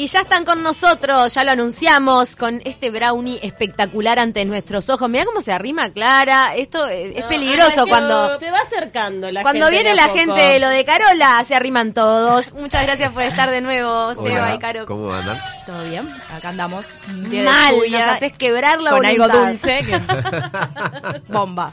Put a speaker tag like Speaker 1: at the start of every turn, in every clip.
Speaker 1: Y ya están con nosotros, ya lo anunciamos, con este brownie espectacular ante nuestros ojos. Mirá cómo se arrima Clara. Esto eh, es
Speaker 2: No,
Speaker 1: peligroso
Speaker 2: ah, yo-
Speaker 1: cuando...
Speaker 2: Se va acercando la
Speaker 1: Cuando
Speaker 2: gente
Speaker 1: viene
Speaker 2: de
Speaker 1: la
Speaker 2: a poco.
Speaker 1: gente de lo de Carola, se arriman todos. Muchas gracias por estar de nuevo, Seba y Caro.
Speaker 3: ¿Cómo andan?
Speaker 4: Todo bien, acá andamos. Un día de
Speaker 1: Mal, nos
Speaker 4: lluvia,
Speaker 1: haces quebrar la
Speaker 4: con
Speaker 1: voluntad.
Speaker 4: algo dulce. que- Bomba.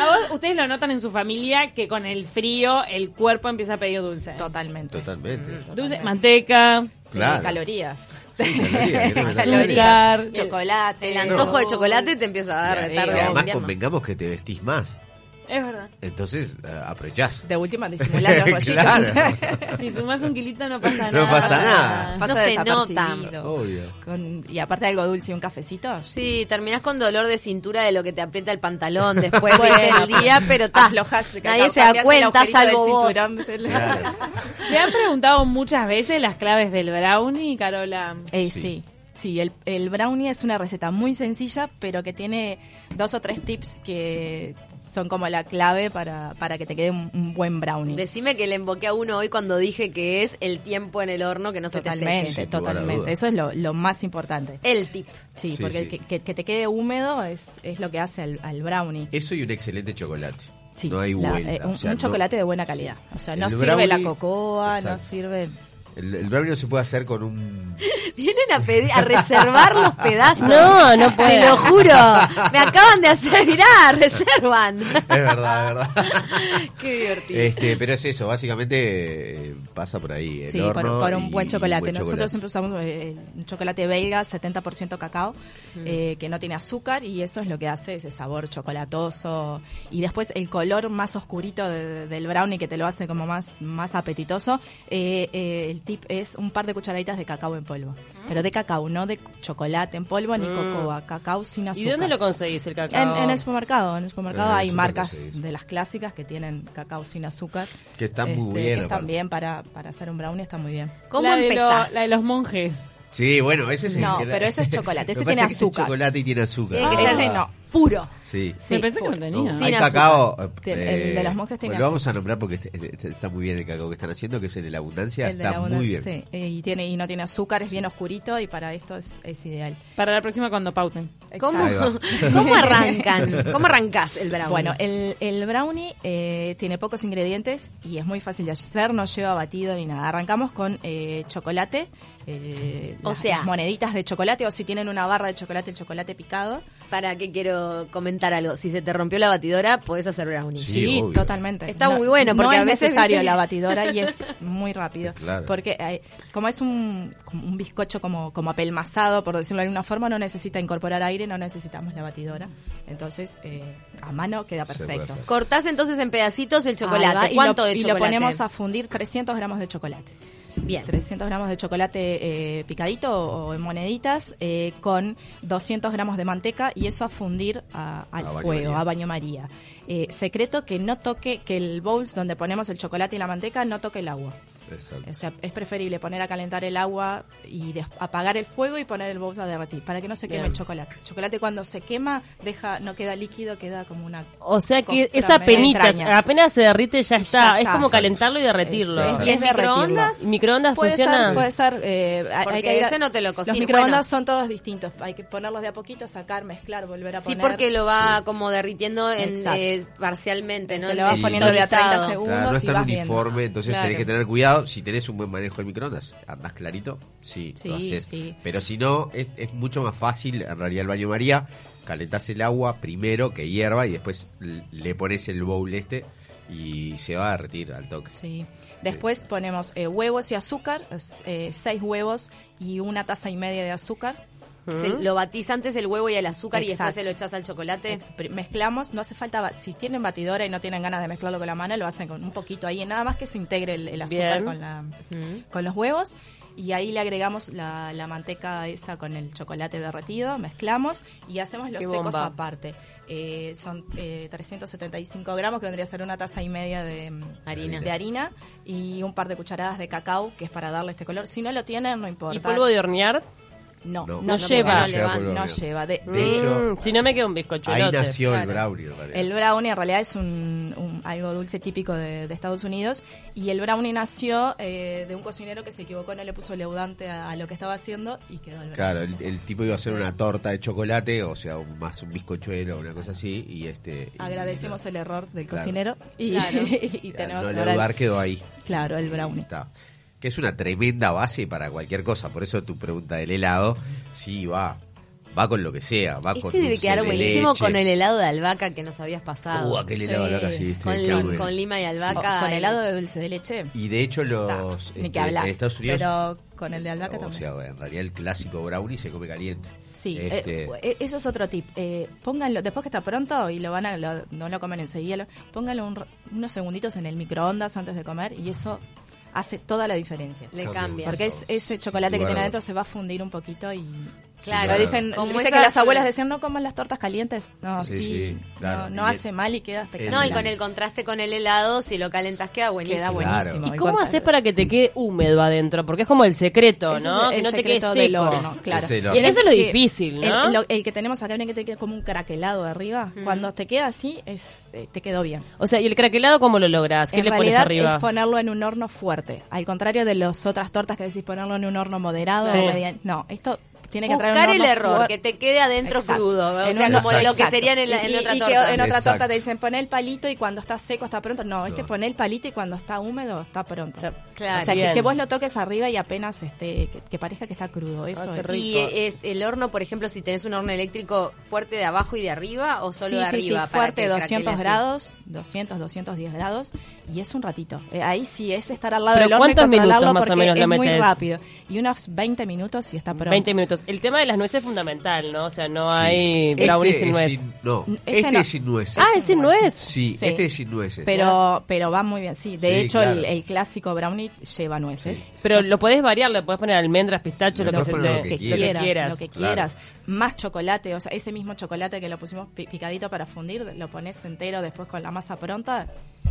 Speaker 2: A vos, ustedes lo notan en su familia que con el frío el cuerpo empieza a pedir dulce.
Speaker 4: Totalmente.
Speaker 3: Totalmente.
Speaker 2: Dulce,
Speaker 4: Totalmente.
Speaker 2: manteca,
Speaker 4: Sí,
Speaker 3: Claro.
Speaker 4: Calorías.
Speaker 3: Sí, calorías, creo que son calorías.
Speaker 2: azúcar.
Speaker 4: Chocolate.
Speaker 1: El antojo de
Speaker 4: dulce.
Speaker 1: chocolate te empieza a dar de
Speaker 4: Sí,
Speaker 1: tarde.
Speaker 3: Y
Speaker 1: de
Speaker 3: además
Speaker 1: invierno.
Speaker 3: convengamos que te vestís más.
Speaker 2: Es verdad.
Speaker 3: Entonces eh, aprovechás.
Speaker 4: De última disimular los rollitos.
Speaker 3: Claro.
Speaker 2: Si sumás un kilito no pasa nada.
Speaker 3: No pasa nada.
Speaker 4: Pasa
Speaker 1: No se
Speaker 4: desapercibido.
Speaker 3: Obvio.
Speaker 4: Con- y aparte algo dulce y un cafecito.
Speaker 1: Sí, terminás con dolor de cintura de lo que te aprieta el pantalón después
Speaker 4: Bueno,
Speaker 1: del día, pero ta,
Speaker 4: aflojas.
Speaker 1: nadie
Speaker 4: cambias
Speaker 1: se da
Speaker 4: el
Speaker 1: cuenta,
Speaker 4: agujerito
Speaker 1: salvo
Speaker 4: del
Speaker 1: vos.
Speaker 4: cinturón, se la-
Speaker 3: Claro.
Speaker 2: Me han preguntado muchas veces las claves del brownie, Carola.
Speaker 4: Eh,
Speaker 3: Sí.
Speaker 4: sí. sí. el, el brownie es una receta muy sencilla, pero que tiene dos o tres tips que son como la clave para, para que te quede un, un buen brownie.
Speaker 1: Decime que le emboqué a uno hoy cuando dije que es el tiempo en el horno que no se te seque.
Speaker 4: totalmente,
Speaker 3: Sin lugar a
Speaker 4: totalmente.
Speaker 3: dudas.
Speaker 4: Eso es lo, lo más importante.
Speaker 1: El tip.
Speaker 4: Sí,
Speaker 3: Sí,
Speaker 4: porque
Speaker 3: sí.
Speaker 4: Que, que- que te quede húmedo es, es lo que hace al, al brownie.
Speaker 3: Eso y un excelente chocolate.
Speaker 4: Sí,
Speaker 3: no hay
Speaker 4: la-
Speaker 3: vuelta.
Speaker 4: eh, un,
Speaker 3: o sea,
Speaker 4: un
Speaker 3: no-
Speaker 4: chocolate de buena calidad. O sea, no
Speaker 3: El
Speaker 4: sirve la
Speaker 3: brownie-
Speaker 4: cocoa, no
Speaker 3: Exacto.
Speaker 4: sirve...
Speaker 3: el, el brownie no se puede hacer con un...
Speaker 1: Vienen a pedir, a reservar los pedazos.
Speaker 5: No, no puede.
Speaker 1: Te lo juro. Me acaban de hacer, mirá, reservan.
Speaker 3: Es verdad, es verdad.
Speaker 1: Qué divertido.
Speaker 3: Este, pero es eso, básicamente eh, pasa por ahí. El
Speaker 4: Sí, por,
Speaker 3: horno
Speaker 4: por
Speaker 3: y-
Speaker 4: un buen
Speaker 3: y
Speaker 4: chocolate.
Speaker 3: buen
Speaker 4: Nosotros
Speaker 3: chocolate.
Speaker 4: siempre usamos eh, un chocolate belga, 70% cacao, eh, que no tiene azúcar y eso es lo que hace ese sabor chocolatoso. Y después el color más oscurito de- del brownie que te lo hace como más, más apetitoso. eh, eh, el tip es un par de cucharaditas de cacao en polvo.
Speaker 5: Ah.
Speaker 4: Pero de cacao, no de chocolate en polvo ni
Speaker 2: Mm.
Speaker 4: cocoa, cacao sin azúcar.
Speaker 5: ¿Y dónde lo conseguís el
Speaker 4: en,
Speaker 5: cacao?
Speaker 4: en el supermercado, en el supermercado
Speaker 3: Eh,
Speaker 4: hay
Speaker 3: súper
Speaker 4: marcas
Speaker 3: conseguís.
Speaker 4: de las clásicas que tienen cacao sin azúcar.
Speaker 3: Que está muy
Speaker 4: Este,
Speaker 3: bien,
Speaker 4: que Están
Speaker 3: aparte.
Speaker 4: bien para, para hacer un brownie, está muy bien.
Speaker 1: ¿Cómo
Speaker 2: la de lo-
Speaker 1: empezás?
Speaker 2: la de los monjes.
Speaker 3: Sí, bueno, ese es el
Speaker 4: No,
Speaker 3: que-
Speaker 4: pero eso es chocolate, ese
Speaker 3: Lo que pasa
Speaker 4: tiene
Speaker 3: es que ese es
Speaker 4: azúcar.
Speaker 3: chocolate y tiene azúcar.
Speaker 1: Tiene que
Speaker 3: Ah,
Speaker 1: ser
Speaker 4: Ese no, puro.
Speaker 3: Sí.
Speaker 4: Sí,
Speaker 2: Me pensé que lo
Speaker 4: puro.
Speaker 2: tenía.
Speaker 3: No,
Speaker 1: Sin
Speaker 3: hay
Speaker 1: azúcar.
Speaker 3: cacao. eh,
Speaker 4: Tiene- el de los monjes tiene
Speaker 3: bueno, Lo vamos a nombrar porque este- este- este está muy bien el cacao que están haciendo, que es el de la abundancia.
Speaker 4: El de
Speaker 3: está
Speaker 4: la
Speaker 3: muy
Speaker 4: abundancia,
Speaker 3: bien.
Speaker 4: sí, eh, y, tiene, y no tiene azúcar, es bien oscurito y para esto es, es ideal.
Speaker 2: Para la próxima cuando pauten.
Speaker 1: ¿Cómo,
Speaker 3: Ahí va.
Speaker 1: ¿Cómo arrancan? ¿Cómo arrancás el brownie?
Speaker 4: Bueno, eh. el, el brownie eh, tiene pocos ingredientes y es muy fácil de hacer, no lleva batido ni nada. Arrancamos con eh, chocolate, eh,
Speaker 1: O
Speaker 4: las-
Speaker 1: sea.
Speaker 4: las moneditas de chocolate o si tienen una barra de chocolate, el chocolate picado.
Speaker 1: ¿Para qué quiero comentar algo? Si se te rompió la batidora, podés hacer brownie.
Speaker 3: Sí,
Speaker 4: Sí,
Speaker 3: obvio.
Speaker 4: totalmente.
Speaker 1: Está muy bueno, porque
Speaker 4: no
Speaker 1: a
Speaker 4: es
Speaker 1: veces,
Speaker 4: necesario
Speaker 1: viste-
Speaker 4: la batidora y es muy rápido.
Speaker 3: Claro.
Speaker 4: Porque eh, como es un, como un bizcocho como, como apelmazado, por decirlo de alguna forma, no necesita incorporar aire, no necesitamos la batidora. Entonces, eh, a mano queda
Speaker 3: Se puede
Speaker 4: perfecto.
Speaker 3: hacer.
Speaker 1: Cortás entonces en pedacitos el
Speaker 4: Ahí va,
Speaker 1: chocolate.
Speaker 4: y
Speaker 1: ¿Cuánto
Speaker 4: lo-
Speaker 1: de
Speaker 4: Y
Speaker 1: chocolate?
Speaker 4: lo ponemos a fundir 300 gramos de chocolate.
Speaker 1: Bien.
Speaker 4: 300 gramos de chocolate eh, picadito o en moneditas eh, con 200 gramos de manteca y eso a fundir a- al
Speaker 3: A baño
Speaker 4: fuego,
Speaker 3: María.
Speaker 4: a baño María. Eh, secreto que no toque, que el bowl donde ponemos el chocolate y la manteca no toque el agua.
Speaker 3: Exacto.
Speaker 4: O sea, es preferible poner a calentar el agua y des- apagar el fuego y poner el bowl a derretir para que no se queme
Speaker 2: Bien.
Speaker 4: el chocolate. El chocolate cuando se quema deja no queda líquido, queda como una...
Speaker 5: O sea que
Speaker 4: Con-
Speaker 5: esa
Speaker 4: me
Speaker 5: penita,
Speaker 4: extraña.
Speaker 5: apenas se derrite ya está.
Speaker 4: Ya
Speaker 5: es
Speaker 4: está.
Speaker 5: como calentarlo y derretirlo.
Speaker 4: Es-
Speaker 1: ¿Y en
Speaker 4: es derretirlo.
Speaker 1: microondas?
Speaker 5: ¿Y ¿Microondas
Speaker 4: Puede
Speaker 5: funciona?
Speaker 4: ser, puede ser. eh, hay- hay
Speaker 1: Porque
Speaker 4: que ir a-
Speaker 1: ese no te lo cocino.
Speaker 4: Los
Speaker 1: Bueno.
Speaker 4: microondas son todos distintos. Hay que ponerlos de a poquito, sacar, mezclar, volver a
Speaker 1: Sí,
Speaker 4: poner.
Speaker 1: porque lo va como derritiendo en,
Speaker 4: Exacto.
Speaker 1: eh, parcialmente, ¿no?
Speaker 4: Te lo vas
Speaker 3: Sí.
Speaker 4: poniendo de a 30
Speaker 1: Sectorizado.
Speaker 4: segundos
Speaker 3: Claro, no es
Speaker 4: y
Speaker 3: tan
Speaker 4: vas viendo.
Speaker 3: uniforme, entonces
Speaker 1: Claro.
Speaker 3: tenés que tener cuidado. Si tenés un buen manejo del microondas, andás clarito, sí, lo
Speaker 4: Sí,
Speaker 3: haces.
Speaker 4: sí.
Speaker 3: Pero si no, es, es mucho más fácil, en realidad, el baño María. Calentás el agua primero, que hierva, y después l- le pones el bowl este y se va a derretir al toque.
Speaker 4: Sí. Después ponemos eh, huevos y azúcar, es, eh, seis huevos y una taza y media de azúcar.
Speaker 1: Sí, lo batís antes el huevo y el azúcar y después
Speaker 4: Exacto.
Speaker 1: se lo echás al chocolate.
Speaker 4: Ex- pri- Mezclamos, no hace falta, ba- si tienen batidora y no tienen ganas de mezclarlo con la mano, lo hacen con un poquito ahí, nada más que se integre el, el azúcar
Speaker 5: Bien.
Speaker 4: con, la, con los huevos. Y ahí le agregamos la, la manteca esa con el chocolate derretido, mezclamos y hacemos los
Speaker 5: Qué
Speaker 4: secos
Speaker 5: bomba.
Speaker 4: aparte. Eh, son eh, 375 gramos, que vendría a ser una taza y media de, mm,
Speaker 1: Harina.
Speaker 4: de harina y un par de cucharadas de cacao, que es para darle este color. Si no lo tienen, no importa.
Speaker 5: ¿Y polvo de hornear?
Speaker 4: No,
Speaker 3: No,
Speaker 4: no,
Speaker 5: no
Speaker 4: lleva.
Speaker 5: lleva.
Speaker 3: No
Speaker 4: No lleva. De-
Speaker 3: De hecho,
Speaker 5: Mm, si no me queda un bizcocho.
Speaker 3: Ahí
Speaker 5: elote.
Speaker 3: nació el
Speaker 1: Claro.
Speaker 3: brownie, en realidad.
Speaker 4: El brownie en realidad es un, un- algo dulce típico de, de Estados Unidos y el brownie nació eh, de un cocinero que se equivocó, no le puso leudante a, a lo que estaba haciendo y quedó el brownie.
Speaker 3: Claro, el, el tipo iba a hacer una torta de chocolate, o sea, un- más un bizcochuelo, una cosa así, y este... y-
Speaker 4: Agradecemos el error del
Speaker 3: Claro.
Speaker 4: cocinero y,
Speaker 1: Claro.
Speaker 4: y
Speaker 3: y
Speaker 4: tenemos
Speaker 3: No
Speaker 4: ahora el-
Speaker 3: leudar quedó ahí.
Speaker 4: claro, el brownie.
Speaker 3: Está. Que es una tremenda base para cualquier cosa, por eso tu pregunta del helado, sí, va, va con lo que sea, va Ah, con
Speaker 1: Este debe
Speaker 3: dulce
Speaker 1: quedar
Speaker 3: de
Speaker 1: buenísimo
Speaker 3: leche.
Speaker 1: con el helado de albahaca que nos habías pasado.
Speaker 3: Uh, aquel helado
Speaker 4: Sí.
Speaker 3: de vaca, sí, este,
Speaker 1: con,
Speaker 3: queda
Speaker 1: lim-
Speaker 3: bueno.
Speaker 1: con lima y albahaca.
Speaker 4: con
Speaker 1: y-
Speaker 4: helado de dulce de leche,
Speaker 3: Y de hecho
Speaker 4: ta,
Speaker 3: los...
Speaker 4: ni que
Speaker 3: este,
Speaker 4: hablar.
Speaker 3: en Estados Unidos...
Speaker 4: Pero con el de albahaca
Speaker 3: o
Speaker 4: también.
Speaker 3: sea, en realidad el clásico brownie se come caliente.
Speaker 4: Sí,
Speaker 3: Este,
Speaker 4: eh, eh, eso es otro tip. Eh, pónganlo, después que está pronto y lo van a, lo- no lo comen enseguida, lo- pónganlo un r- unos segunditos en el microondas antes de comer y eso hace toda la diferencia.
Speaker 1: Le
Speaker 3: Cambia.
Speaker 1: cambia.
Speaker 4: Porque es, ese chocolate
Speaker 3: sin
Speaker 4: que
Speaker 3: lugar
Speaker 4: tiene
Speaker 3: a
Speaker 4: adentro
Speaker 3: dudas.
Speaker 4: se va a fundir un poquito y...
Speaker 1: claro,
Speaker 3: Claro.
Speaker 4: Lo dicen,
Speaker 1: Como
Speaker 4: ¿viste
Speaker 1: esa-
Speaker 4: que las abuelas decían no coman las tortas calientes? No,
Speaker 3: Sí,
Speaker 4: sí,
Speaker 3: sí, claro.
Speaker 4: no, no
Speaker 3: Y-
Speaker 4: hace mal y queda espectacular.
Speaker 1: No, y con el contraste con el helado, si lo calentas queda buenísimo.
Speaker 4: Queda
Speaker 3: buenísimo.
Speaker 4: buenísimo.
Speaker 3: Claro.
Speaker 5: ¿Y
Speaker 4: El
Speaker 5: cómo
Speaker 4: contra-
Speaker 5: haces para que te quede húmedo adentro? Porque es como el secreto,
Speaker 4: Ese
Speaker 5: ¿no?
Speaker 4: es
Speaker 5: que
Speaker 4: el
Speaker 5: no te quede
Speaker 4: secreto
Speaker 5: seco.
Speaker 4: del horno, claro.
Speaker 3: Es el horno.
Speaker 5: Y en eso es lo
Speaker 4: Que
Speaker 5: difícil, ¿no?
Speaker 4: El, lo- el que tenemos acá, viene que te queda como un craquelado arriba. Cuando te queda así, es, eh, te quedó bien.
Speaker 5: O sea, ¿y el craquelado cómo lo logras? ¿Qué
Speaker 4: en
Speaker 5: le pones
Speaker 4: realidad
Speaker 5: arriba?
Speaker 4: es ponerlo en un horno fuerte. Al contrario de las otras tortas que decís ponerlo en un horno moderado.
Speaker 5: Sí.
Speaker 4: o media- No, esto tiene que traer
Speaker 1: Buscar
Speaker 4: un
Speaker 1: el
Speaker 4: horno
Speaker 1: error,
Speaker 4: fuer-
Speaker 1: que te quede adentro
Speaker 4: Exacto.
Speaker 1: crudo. O
Speaker 4: En
Speaker 1: sea,
Speaker 4: un-
Speaker 1: como lo que
Speaker 4: Exacto.
Speaker 1: sería en, la- en
Speaker 4: Y-
Speaker 1: otra
Speaker 4: y que
Speaker 1: torta.
Speaker 4: en otra
Speaker 3: Exacto.
Speaker 4: torta te dicen poné el palito y cuando está seco está pronto. No, este
Speaker 3: No.
Speaker 4: pone el palito y cuando está húmedo está pronto.
Speaker 1: Claro.
Speaker 4: O sea, que,
Speaker 5: Bien.
Speaker 4: que vos lo toques arriba y apenas este, que, que parezca que está crudo. Eso
Speaker 5: qué
Speaker 4: es.
Speaker 5: rico.
Speaker 1: Y eh, es el horno, por ejemplo, si tenés un horno eléctrico fuerte de abajo y de arriba o solo
Speaker 4: Sí,
Speaker 1: de
Speaker 4: sí, sí,
Speaker 1: arriba. para
Speaker 4: fuerte,
Speaker 1: que craquele
Speaker 4: 200
Speaker 1: así?
Speaker 4: grados, 200, 210 grados, y es un ratito. Eh, ahí sí es estar al lado
Speaker 5: ¿Pero
Speaker 4: del horno y
Speaker 5: cuántos minutos
Speaker 4: controlarlo
Speaker 5: más o
Speaker 4: porque
Speaker 5: menos
Speaker 4: es
Speaker 5: la
Speaker 4: muy
Speaker 5: metes?
Speaker 4: rápido. Y unos 20 minutos y está pronto.
Speaker 5: 20 minutos. El tema de las nueces es fundamental, ¿no? O sea, no
Speaker 3: Sí.
Speaker 5: hay
Speaker 3: Este
Speaker 5: brownie
Speaker 3: es
Speaker 5: sin nuez.
Speaker 3: no,
Speaker 4: Este
Speaker 3: este
Speaker 4: no.
Speaker 3: es sin nuez.
Speaker 5: Ah, ¿es sin nuez?
Speaker 3: Sí,
Speaker 4: Sí.
Speaker 3: este es sin nueces.
Speaker 4: Pero, pero va muy bien, sí. De
Speaker 3: Sí,
Speaker 4: hecho, el,
Speaker 3: claro.
Speaker 4: el clásico brownie lleva nueces.
Speaker 3: Sí.
Speaker 5: Pero lo podés variar, le podés poner almendras, pistacho,
Speaker 3: Le
Speaker 5: lo que,
Speaker 3: podés
Speaker 5: se
Speaker 3: poner
Speaker 5: te-
Speaker 3: lo que
Speaker 5: lo que
Speaker 3: quieras.
Speaker 5: quieras.
Speaker 4: lo que
Speaker 3: claro.
Speaker 4: quieras. Más chocolate, o sea, ese mismo chocolate que lo pusimos pi- picadito para fundir, lo pones entero después con la masa pronta.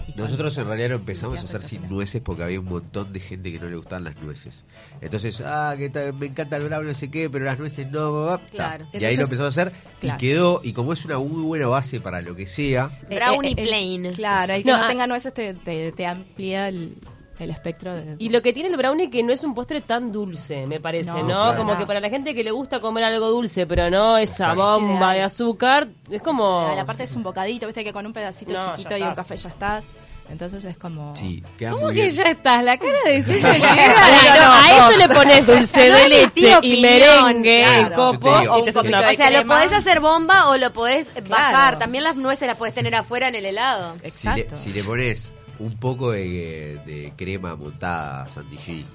Speaker 4: y con-
Speaker 3: Nosotros en realidad lo empezamos a
Speaker 4: Ya
Speaker 3: hacer
Speaker 4: está,
Speaker 3: sin
Speaker 4: mira.
Speaker 3: nueces porque había un montón de gente que no le gustaban las nueces. Entonces, ah, que tal, me encanta el brownie, no sé qué, pero las nueces no. va, va, ta.
Speaker 1: Claro.
Speaker 3: Y ahí lo
Speaker 4: Entonces,
Speaker 3: empezamos a hacer y
Speaker 4: claro.
Speaker 3: quedó, y como es una muy buena base para lo que sea,
Speaker 4: Eh,
Speaker 1: Brownie
Speaker 4: eh, eh,
Speaker 1: plain.
Speaker 4: Claro, el que
Speaker 5: No,
Speaker 4: no,
Speaker 5: ah-
Speaker 4: tenga nueces te, te- te amplía el, el espectro de...
Speaker 5: Y lo que tiene el brownie que no es un postre tan dulce, me parece, ¿no?
Speaker 4: No, claro.
Speaker 5: Como que para la gente que le gusta comer algo dulce, pero no esa
Speaker 3: Exacto.
Speaker 5: bomba
Speaker 4: Ideal.
Speaker 5: de azúcar, es como...
Speaker 4: Ah, la parte es un bocadito, viste que con un pedacito
Speaker 5: No,
Speaker 4: chiquito
Speaker 5: ya
Speaker 4: y un
Speaker 5: estás.
Speaker 4: café ya estás. Entonces es como...
Speaker 3: sí, queda
Speaker 1: ¿Cómo
Speaker 3: muy
Speaker 1: que
Speaker 3: bien.
Speaker 1: ya estás? La cara de César
Speaker 5: Bueno, a eso le pones dulce
Speaker 1: No
Speaker 5: de
Speaker 1: es mi
Speaker 5: leche
Speaker 1: tío
Speaker 5: y
Speaker 1: opinión,
Speaker 5: merengue
Speaker 1: claro.
Speaker 5: y
Speaker 3: Yo te digo,
Speaker 5: copos y te haces
Speaker 4: un poquito
Speaker 5: una
Speaker 4: de
Speaker 1: O sea, lo
Speaker 4: crema.
Speaker 1: podés hacer bomba o lo podés bajar.
Speaker 4: Claro.
Speaker 1: También las nueces las podés tener afuera en el helado.
Speaker 3: Si le,
Speaker 4: Exacto.
Speaker 3: si le pones un poco de, de crema montada Santilly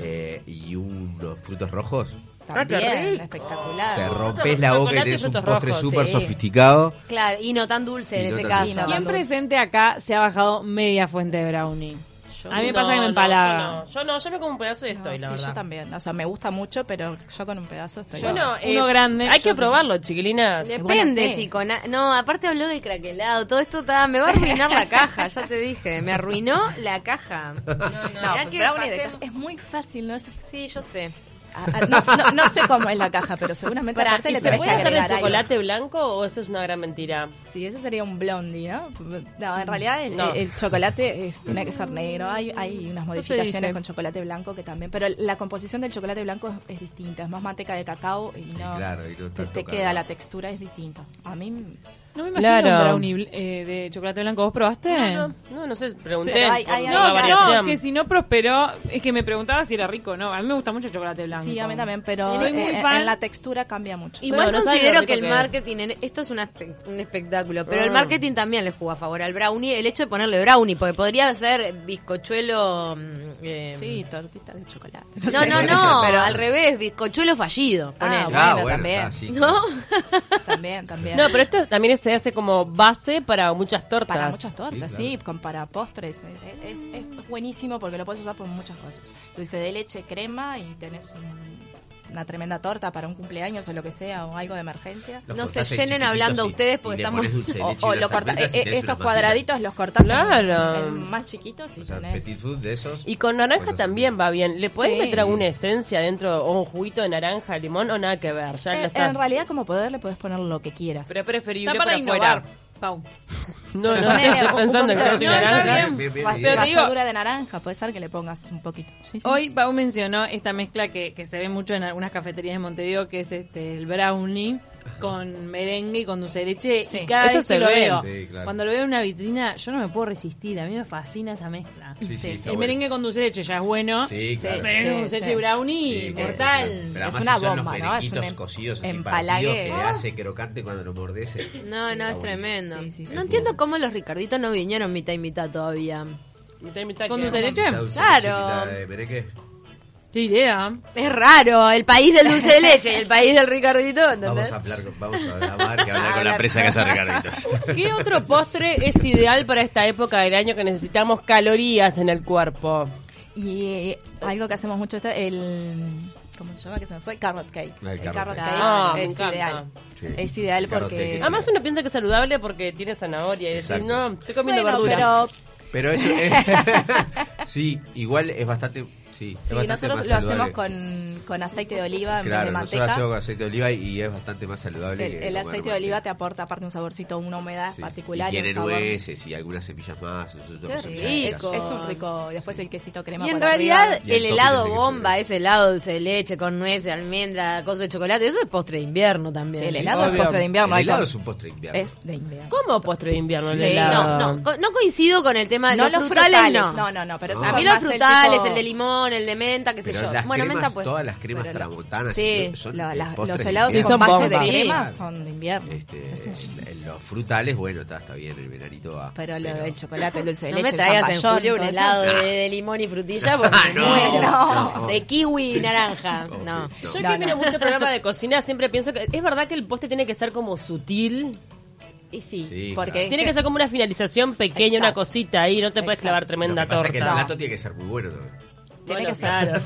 Speaker 3: eh, y unos frutos rojos,
Speaker 5: Ah, qué
Speaker 4: También,
Speaker 5: rico.
Speaker 3: te
Speaker 4: espectacular.
Speaker 3: rompes la boca y
Speaker 5: chocolate y
Speaker 3: tenés un
Speaker 5: frutos
Speaker 3: postre
Speaker 5: rojos.
Speaker 3: súper
Speaker 4: Sí.
Speaker 3: sofisticado.
Speaker 1: Claro, y no tan dulce
Speaker 3: Y
Speaker 1: en
Speaker 3: no
Speaker 1: ese
Speaker 3: tan
Speaker 1: caso.
Speaker 3: dulce.
Speaker 4: Y no
Speaker 2: ¿Quién
Speaker 4: Dando-
Speaker 2: presente acá se ha bajado media fuente de brownie? a mí me
Speaker 5: No,
Speaker 2: pasa que me
Speaker 5: no,
Speaker 2: empalaga.
Speaker 5: Yo no, yo no, yo me como un pedazo y
Speaker 4: No,
Speaker 5: estoy, la
Speaker 4: sí,
Speaker 5: verdad.
Speaker 4: yo también. O sea, me gusta mucho, pero yo con un pedazo estoy...
Speaker 5: Yo no, eh,
Speaker 2: Uno grande,
Speaker 5: Hay
Speaker 2: yo
Speaker 5: que
Speaker 2: sí.
Speaker 5: probarlo, chiquilinas.
Speaker 1: Depende
Speaker 4: Bueno, sí.
Speaker 1: si con... a- No, aparte habló del craquelado. Todo esto está... me va a arruinar la caja, ya te dije. Me arruinó la caja. No,
Speaker 4: No, pues brownie de caja es muy fácil, ¿no? Es-
Speaker 1: Sí, yo sé.
Speaker 4: ah, ah, no, no- no sé cómo es la caja, pero seguramente
Speaker 5: Pará,
Speaker 4: aparte
Speaker 5: ¿y
Speaker 4: le
Speaker 5: ¿Se
Speaker 4: tenés
Speaker 5: puede
Speaker 4: que
Speaker 5: hacer de
Speaker 4: agregar algo.
Speaker 5: chocolate blanco o eso es una gran mentira?
Speaker 4: Sí, ese sería un blondie, ¿no? No, en realidad el,
Speaker 5: No.
Speaker 4: el chocolate es- tiene que ser negro. Hay, hay
Speaker 1: dije.
Speaker 4: unas modificaciones con chocolate blanco que también, pero la composición del chocolate blanco es, es distinta. Es más manteca de cacao y no,
Speaker 3: claro, y no
Speaker 4: te,
Speaker 3: tanto
Speaker 4: te
Speaker 3: cacao.
Speaker 4: queda la textura es distinta. A mí
Speaker 2: No me imagino
Speaker 5: Claro.
Speaker 2: un brownie bl- eh, de chocolate blanco. ¿Vos probaste?
Speaker 5: No, no, no, no sé, pregunté.
Speaker 4: Pero hay-
Speaker 5: por
Speaker 4: hay
Speaker 5: una
Speaker 4: algo-
Speaker 2: No,
Speaker 5: variación.
Speaker 2: Eh. no, que si no prosperó, es que me preguntaba si era rico o no. A mí me gusta mucho el chocolate blanco.
Speaker 4: sí, a mí también, pero
Speaker 2: Soy muy
Speaker 4: eh,
Speaker 2: fan.
Speaker 4: en la textura cambia mucho.
Speaker 1: Igual
Speaker 5: no sabe lo
Speaker 1: considero
Speaker 5: rico
Speaker 1: que el
Speaker 5: que es.
Speaker 1: marketing, en- esto es una espe- un espectáculo, pero el
Speaker 5: Mm.
Speaker 1: marketing también le jugó a favor al brownie, el hecho de ponerle brownie, porque podría ser bizcochuelo... mm, eh,
Speaker 4: Sí, tortita de chocolate.
Speaker 1: No,
Speaker 4: sé.
Speaker 1: no, no,
Speaker 4: Pero-
Speaker 1: al revés, bizcochuelo fallido.
Speaker 4: Ah,
Speaker 1: ponele.
Speaker 3: Ah,
Speaker 4: bueno,
Speaker 3: bueno,
Speaker 4: también.
Speaker 3: está, sí,
Speaker 1: ¿No?
Speaker 4: También, también.
Speaker 5: No, pero esto también se hace como base para muchas tortas.
Speaker 4: Para muchas tortas,
Speaker 3: Sí,
Speaker 4: sí,
Speaker 3: claro.
Speaker 4: con, para postres. eh, Es, es buenísimo porque lo puedes usar por muchas cosas. Dulce de leche, crema y tenés un una tremenda torta para un cumpleaños o lo que sea, o algo de emergencia.
Speaker 3: Los
Speaker 1: No se
Speaker 3: cortás en
Speaker 1: llenen
Speaker 3: chiquititos
Speaker 1: hablando
Speaker 3: y-
Speaker 1: ustedes porque
Speaker 3: y le
Speaker 1: estamos-
Speaker 3: pones dulce de
Speaker 4: O,
Speaker 3: leche
Speaker 4: o
Speaker 3: y
Speaker 4: lo
Speaker 3: unas
Speaker 4: corta-
Speaker 3: arvejas y te
Speaker 4: eh,
Speaker 3: haces
Speaker 4: estos
Speaker 3: unas
Speaker 4: cuadraditos los cortas en-
Speaker 5: Claro.
Speaker 4: en más chiquitos y
Speaker 3: masitas. O sea,
Speaker 4: tenés-
Speaker 3: petit food de esos.
Speaker 5: Y con naranja
Speaker 3: Bueno,
Speaker 5: también va bien. ¿Le puedes
Speaker 4: Sí.
Speaker 5: meter alguna esencia dentro o un juguito de naranja, limón o nada que ver? Ya
Speaker 4: Eh,
Speaker 5: lo está.
Speaker 4: en realidad, como poder, le podés poner lo que quieras.
Speaker 5: Pero es preferible
Speaker 2: Está
Speaker 5: para
Speaker 2: para innovar,
Speaker 5: afuera.
Speaker 2: Pau.
Speaker 5: No, no sé,
Speaker 4: Ponele
Speaker 5: estoy
Speaker 4: un
Speaker 5: pensando en
Speaker 4: poquito de-
Speaker 5: creo que
Speaker 2: No, está
Speaker 5: naranja.
Speaker 2: bien.
Speaker 3: Bien, bien,
Speaker 4: Ras-
Speaker 3: bien.
Speaker 2: Pero te digo-
Speaker 4: Ralladura de naranja, puede ser que le pongas un poquito. Sí, sí.
Speaker 2: Hoy Pau mencionó esta mezcla que, que se ve mucho en algunas cafeterías de Montevideo, que es este el brownie con merengue y con dulce de leche.
Speaker 4: Sí.
Speaker 2: Y cada
Speaker 5: Eso
Speaker 2: vez
Speaker 5: se
Speaker 2: que lo
Speaker 5: ve.
Speaker 2: veo,
Speaker 3: Sí, claro.
Speaker 2: cuando lo veo en una vitrina, yo no me puedo resistir. A mí me fascina esa mezcla.
Speaker 3: Sí, sí,
Speaker 2: el
Speaker 3: está bueno.
Speaker 2: merengue con dulce de leche ya es bueno.
Speaker 3: Sí,
Speaker 4: Sí,
Speaker 3: claro.
Speaker 2: Merengue con dulce de
Speaker 4: sí,
Speaker 2: leche y
Speaker 4: sí.
Speaker 2: brownie,
Speaker 3: Sí, claro,
Speaker 2: mortal.
Speaker 3: claro. Pero
Speaker 4: Es
Speaker 3: además
Speaker 4: una
Speaker 3: esos son
Speaker 4: bomba,
Speaker 3: los
Speaker 4: ¿no? Es un
Speaker 3: merenguitos
Speaker 4: em-
Speaker 3: cocidos así
Speaker 4: empalague.
Speaker 3: partidos que le hace crocante cuando lo mordes.
Speaker 1: No, no, es tremendo.
Speaker 4: Ah, Sí, sí, sí,
Speaker 1: no
Speaker 4: sí.
Speaker 1: entiendo cómo los Ricarditos no vinieron mitad y mitad todavía.
Speaker 5: Mitad y mitad
Speaker 2: ¿Con
Speaker 5: que-
Speaker 2: dulce de leche?
Speaker 1: Claro.
Speaker 3: eh,
Speaker 2: ¿Qué idea?
Speaker 1: Es raro, el país del dulce de leche y el país del Ricardito, ¿entendés?
Speaker 3: Vamos a hablar, con- vamos a hablar, que Ah, hablar con la empresa que hace Ricarditos.
Speaker 5: ¿Qué otro postre es ideal para esta época del año que necesitamos calorías en el cuerpo?
Speaker 4: Y eh, algo que hacemos mucho, está el. ¿Cómo se llama? Que se me fue. Carrot cake.
Speaker 3: Ah, el carrot cake.
Speaker 5: Ah, me
Speaker 4: es
Speaker 5: encanta.
Speaker 4: ideal.
Speaker 3: Sí.
Speaker 4: Es ideal
Speaker 3: El carrot cake
Speaker 4: porque.
Speaker 3: es-
Speaker 5: Además uno piensa que es saludable porque tiene zanahoria y decís,
Speaker 3: Exacto.
Speaker 5: no, estoy comiendo
Speaker 4: Bueno,
Speaker 5: verduras.
Speaker 3: Pero
Speaker 4: pero
Speaker 3: eso sí, igual es bastante. Sí, es
Speaker 4: sí,
Speaker 3: bastante
Speaker 4: nosotros
Speaker 3: más
Speaker 4: lo
Speaker 3: saludable.
Speaker 4: hacemos con, con aceite de oliva
Speaker 3: Claro,
Speaker 4: en vez
Speaker 3: nosotros
Speaker 4: de manteca.
Speaker 3: hacemos con aceite de oliva y es bastante más saludable.
Speaker 4: El,
Speaker 3: que
Speaker 4: el
Speaker 3: comer
Speaker 4: aceite de
Speaker 3: manteca.
Speaker 4: oliva te aporta aparte un saborcito, una humedad
Speaker 3: Sí.
Speaker 4: particular.
Speaker 3: Y
Speaker 4: un
Speaker 3: tiene
Speaker 4: sabor.
Speaker 3: nueces y algunas semillas más. nosotros
Speaker 4: Qué
Speaker 3: hacemos semillas.
Speaker 4: rico. Es un rico. Después el quesito crema
Speaker 1: Y en
Speaker 4: por arriba.
Speaker 1: realidad el
Speaker 3: Y el topping
Speaker 1: helado
Speaker 3: tiene que ser
Speaker 1: bomba,
Speaker 3: verde.
Speaker 1: ese helado dulce de leche con nueces, almendra, cosa de chocolate, eso es postre de invierno
Speaker 4: Sí,
Speaker 1: también.
Speaker 4: el helado es
Speaker 5: Obvio.
Speaker 4: postre de invierno.
Speaker 3: El
Speaker 4: hay
Speaker 3: helado
Speaker 4: co-
Speaker 3: es un postre de invierno.
Speaker 4: es de invierno.
Speaker 5: ¿Cómo postre de invierno el
Speaker 4: Sí,
Speaker 5: helado?
Speaker 1: No, no, co- no coincido con el tema de
Speaker 4: No
Speaker 1: Ah, los, frutales, no.
Speaker 4: No, no, no, pero
Speaker 3: No.
Speaker 4: esos
Speaker 1: A mí
Speaker 4: son
Speaker 1: los
Speaker 4: más del
Speaker 1: frutales,
Speaker 4: tipo-
Speaker 1: el de limón, el de menta, qué sé
Speaker 3: Pero
Speaker 1: yo.
Speaker 3: las
Speaker 1: Bueno,
Speaker 3: cremas,
Speaker 1: menta pues.
Speaker 3: todas las cremas
Speaker 4: Pero la-
Speaker 3: tramontanas
Speaker 1: Sí.
Speaker 3: son
Speaker 4: La-
Speaker 3: eh,
Speaker 4: la-
Speaker 3: postres
Speaker 4: los
Speaker 3: de
Speaker 4: helados
Speaker 5: Sí,
Speaker 3: invierno.
Speaker 4: con
Speaker 5: son
Speaker 4: base de
Speaker 5: bombas.
Speaker 4: crema
Speaker 1: Sí.
Speaker 4: son de invierno.
Speaker 3: Este,
Speaker 4: Eso es-
Speaker 3: en los frutales, bueno, está, está bien, el veranito va.
Speaker 4: Pero lo del chocolate, el dulce de
Speaker 1: No
Speaker 4: leche,
Speaker 1: me
Speaker 4: el
Speaker 1: traigas en
Speaker 4: zapallón,
Speaker 1: julio un
Speaker 4: todo eso.
Speaker 1: helado de, de limón y frutilla porque
Speaker 3: Ah,
Speaker 1: me
Speaker 3: no,
Speaker 1: muero.
Speaker 3: no.
Speaker 1: De kiwi y naranja.
Speaker 3: Oh,
Speaker 1: No.
Speaker 3: no.
Speaker 5: Yo
Speaker 4: No,
Speaker 5: que
Speaker 4: no.
Speaker 5: miro mucho programa de cocina siempre pienso que es verdad que el postre tiene que ser como sutil,
Speaker 4: Y sí,
Speaker 3: Sí,
Speaker 4: porque este
Speaker 3: claro.
Speaker 5: tiene que ser como una finalización pequeña, una
Speaker 4: Exacto.
Speaker 5: cosita ahí, no te puedes
Speaker 4: Exacto.
Speaker 5: clavar
Speaker 3: Lo
Speaker 5: tremenda
Speaker 3: que pasa es
Speaker 5: torta.
Speaker 3: que el
Speaker 4: No.
Speaker 3: plato tiene que ser muy bueno también.
Speaker 4: Tiene que ser.
Speaker 5: Claro,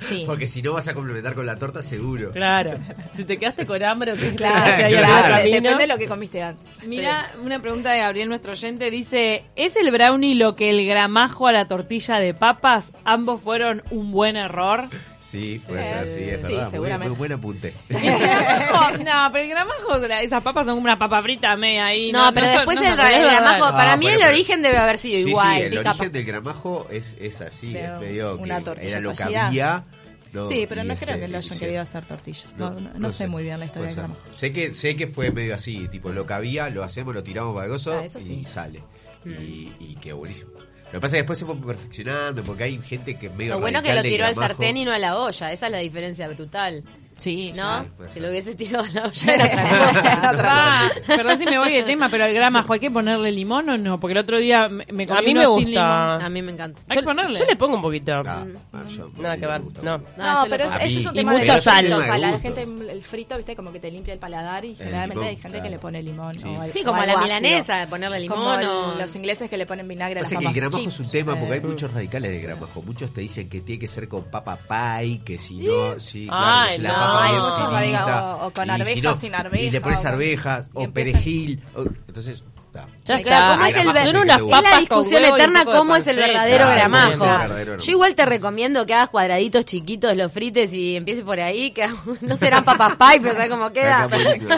Speaker 4: Sí.
Speaker 3: Porque si no vas a complementar con la torta, seguro.
Speaker 5: claro. Si te quedaste con hambre o te
Speaker 4: Claro,
Speaker 5: quedaste ahí al
Speaker 4: claro,
Speaker 5: camino.
Speaker 4: depende de lo que comiste antes.
Speaker 2: Mira, una pregunta de Gabriel, nuestro oyente, dice, ¿es el brownie lo que el gramajo a la tortilla de papas? Ambos fueron un buen error.
Speaker 3: Sí, puede ser, sí, es
Speaker 4: Sí,
Speaker 3: verdad. Muy,
Speaker 4: seguramente.
Speaker 3: muy buen apunte.
Speaker 5: Oh,
Speaker 2: no, pero el gramajo, la- esas papas son como una papa frita media ahí.
Speaker 1: No, pero después
Speaker 2: son- no
Speaker 1: el,
Speaker 2: son-
Speaker 1: el
Speaker 2: es verdad.
Speaker 1: gramajo, para
Speaker 3: Ah,
Speaker 1: mí
Speaker 3: bueno,
Speaker 1: el
Speaker 3: pero-
Speaker 1: origen debe haber sido
Speaker 3: Sí, sí,
Speaker 1: igual.
Speaker 3: el
Speaker 1: y
Speaker 3: origen
Speaker 1: capaz-
Speaker 3: del gramajo es, es así,
Speaker 4: Pero
Speaker 3: es medio que
Speaker 4: una tortilla
Speaker 3: era lo que
Speaker 4: fallida.
Speaker 3: había. no,
Speaker 4: sí, pero
Speaker 3: y
Speaker 4: no
Speaker 3: este,
Speaker 4: creo que lo
Speaker 3: y
Speaker 4: hayan
Speaker 3: se-
Speaker 4: querido hacer tortilla. No, no, no sé muy bien la historia
Speaker 3: Puede
Speaker 4: del
Speaker 3: ser.
Speaker 4: gramajo.
Speaker 3: Sé que, sé que fue medio así, tipo, lo que había, lo hacemos, lo tiramos para el gozo
Speaker 4: Ah, eso sí. Mm.
Speaker 3: y sale. Y, y quedó buenísimo. Lo que pasa es que después se fue perfeccionando, porque hay gente que es medio
Speaker 1: Lo bueno que lo
Speaker 3: radical del
Speaker 1: tiró al
Speaker 3: gramajo.
Speaker 1: sartén y no a la olla. Esa es la diferencia brutal.
Speaker 4: Sí,
Speaker 1: ¿No?
Speaker 3: Sí, puede
Speaker 1: si
Speaker 3: ser.
Speaker 1: lo hubiese tirado a la olla era otra cosa.
Speaker 4: Era otra
Speaker 2: Ah, perdón si me voy de tema, pero al gramajo, ¿hay que ponerle limón o no? Porque el otro día me, me comí
Speaker 5: A mí
Speaker 2: uno
Speaker 5: me
Speaker 2: sin
Speaker 5: gusta.
Speaker 2: limón.
Speaker 1: A mí me encanta.
Speaker 2: Hay
Speaker 5: Yo-
Speaker 2: que ponerle.
Speaker 5: Yo le pongo un poquito.
Speaker 3: Nada, ah, yo-
Speaker 5: Mm. Nada que
Speaker 3: me
Speaker 5: ver,
Speaker 3: gusta
Speaker 5: no.
Speaker 3: mucho.
Speaker 4: No,
Speaker 1: Ah, yo
Speaker 4: pero
Speaker 1: lo
Speaker 4: es,
Speaker 3: pongo.
Speaker 4: ese es
Speaker 3: Y
Speaker 4: un tema de
Speaker 5: mucha
Speaker 4: gustos.
Speaker 5: sal.
Speaker 4: O sea, la
Speaker 3: Gusto.
Speaker 4: gente, el frito, viste, como que te limpia el paladar y generalmente
Speaker 3: limón,
Speaker 4: hay gente
Speaker 3: claro.
Speaker 4: que le pone limón. o
Speaker 3: Sí.
Speaker 4: al-
Speaker 1: Sí,
Speaker 4: o
Speaker 1: como a la
Speaker 4: algo ácido.
Speaker 1: milanesa, ponerle limón
Speaker 4: Como el-
Speaker 1: o-
Speaker 4: los ingleses que le ponen vinagre a las
Speaker 3: Pasa que el
Speaker 4: papas
Speaker 3: gramajo es
Speaker 4: chips.
Speaker 3: un tema porque hay
Speaker 4: Eh,
Speaker 3: muchos radicales de gramajo. Muchos te dicen que tiene que ser con papa pie, que si no, sí, claro,
Speaker 5: Ay,
Speaker 3: que si la
Speaker 5: no.
Speaker 3: papa bien
Speaker 5: Hay muchos
Speaker 3: finita,
Speaker 4: ¿Eh? radicales, o- o con
Speaker 3: y
Speaker 4: arvejas,
Speaker 3: no,
Speaker 4: sin
Speaker 3: Y le
Speaker 4: arveja,
Speaker 3: pones
Speaker 4: o-
Speaker 3: arvejas,
Speaker 4: y
Speaker 3: o
Speaker 4: empieza-
Speaker 3: perejil. o- entonces, está.
Speaker 5: Ya
Speaker 4: Ay,
Speaker 5: está.
Speaker 1: Claro, ¿cómo es
Speaker 3: Ah,
Speaker 1: el
Speaker 3: gramajo,
Speaker 1: ver-
Speaker 5: Son
Speaker 3: sí,
Speaker 5: unas
Speaker 3: que le
Speaker 1: Es
Speaker 5: papas
Speaker 1: la
Speaker 5: con
Speaker 1: discusión
Speaker 5: huevo y un
Speaker 1: eterna
Speaker 5: poco de
Speaker 1: cómo es el
Speaker 5: panceta.
Speaker 1: verdadero
Speaker 3: Claro,
Speaker 1: gramajo.
Speaker 3: ¿cómo es el verdadero
Speaker 1: Yo
Speaker 3: gramajo?
Speaker 1: igual te recomiendo que hagas cuadraditos chiquitos, los frites y empieces por ahí, que no serán papas pie, pero sabes cómo queda.
Speaker 3: Está buenísimo.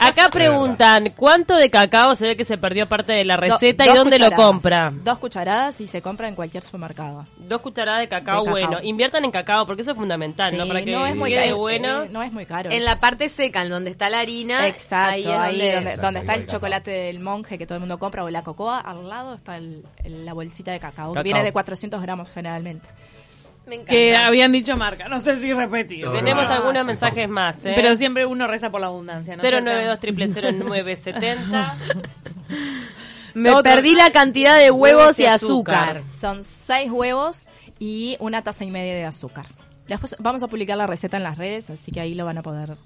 Speaker 5: Acá preguntan, ¿cuánto de cacao se ve que se perdió parte de la
Speaker 4: do-
Speaker 5: receta y
Speaker 4: dos
Speaker 5: dónde lo
Speaker 4: cucharadas.
Speaker 5: compra?
Speaker 4: Dos cucharadas y se compra en cualquier supermercado.
Speaker 5: Dos cucharadas de cacao,
Speaker 4: De cacao.
Speaker 5: bueno. Inviertan en cacao porque eso es fundamental, ¿no?
Speaker 4: Sí,
Speaker 5: Para que
Speaker 4: no es muy
Speaker 5: quede
Speaker 4: caro.
Speaker 5: bueno.
Speaker 4: eh, no es muy caro.
Speaker 1: En la parte seca, en donde está la harina,
Speaker 4: Exacto, ahí,
Speaker 1: es donde-
Speaker 4: donde,
Speaker 3: Exacto,
Speaker 4: donde
Speaker 3: ahí va
Speaker 4: está el
Speaker 3: el cacao.
Speaker 4: chocolate del monje que todo el mundo compra o la cocoa, al lado está el- el- la bolsita de cacao.
Speaker 5: Cacao.
Speaker 4: Viene de 400 gramos generalmente.
Speaker 1: me encanta.
Speaker 2: Que habían dicho marca, no sé si repetir.
Speaker 3: No,
Speaker 5: Tenemos
Speaker 3: no, no,
Speaker 5: algunos
Speaker 3: sí,
Speaker 5: mensajes más, ¿eh?
Speaker 2: Pero siempre uno reza por la abundancia. ¿no?
Speaker 5: 092 970
Speaker 1: Me
Speaker 2: Otro-
Speaker 1: perdí la cantidad de huevos
Speaker 5: Huevos y
Speaker 1: y azúcar.
Speaker 4: Son seis huevos y una taza y media de azúcar. Después vamos a publicar la receta en las redes, así que ahí lo van a poder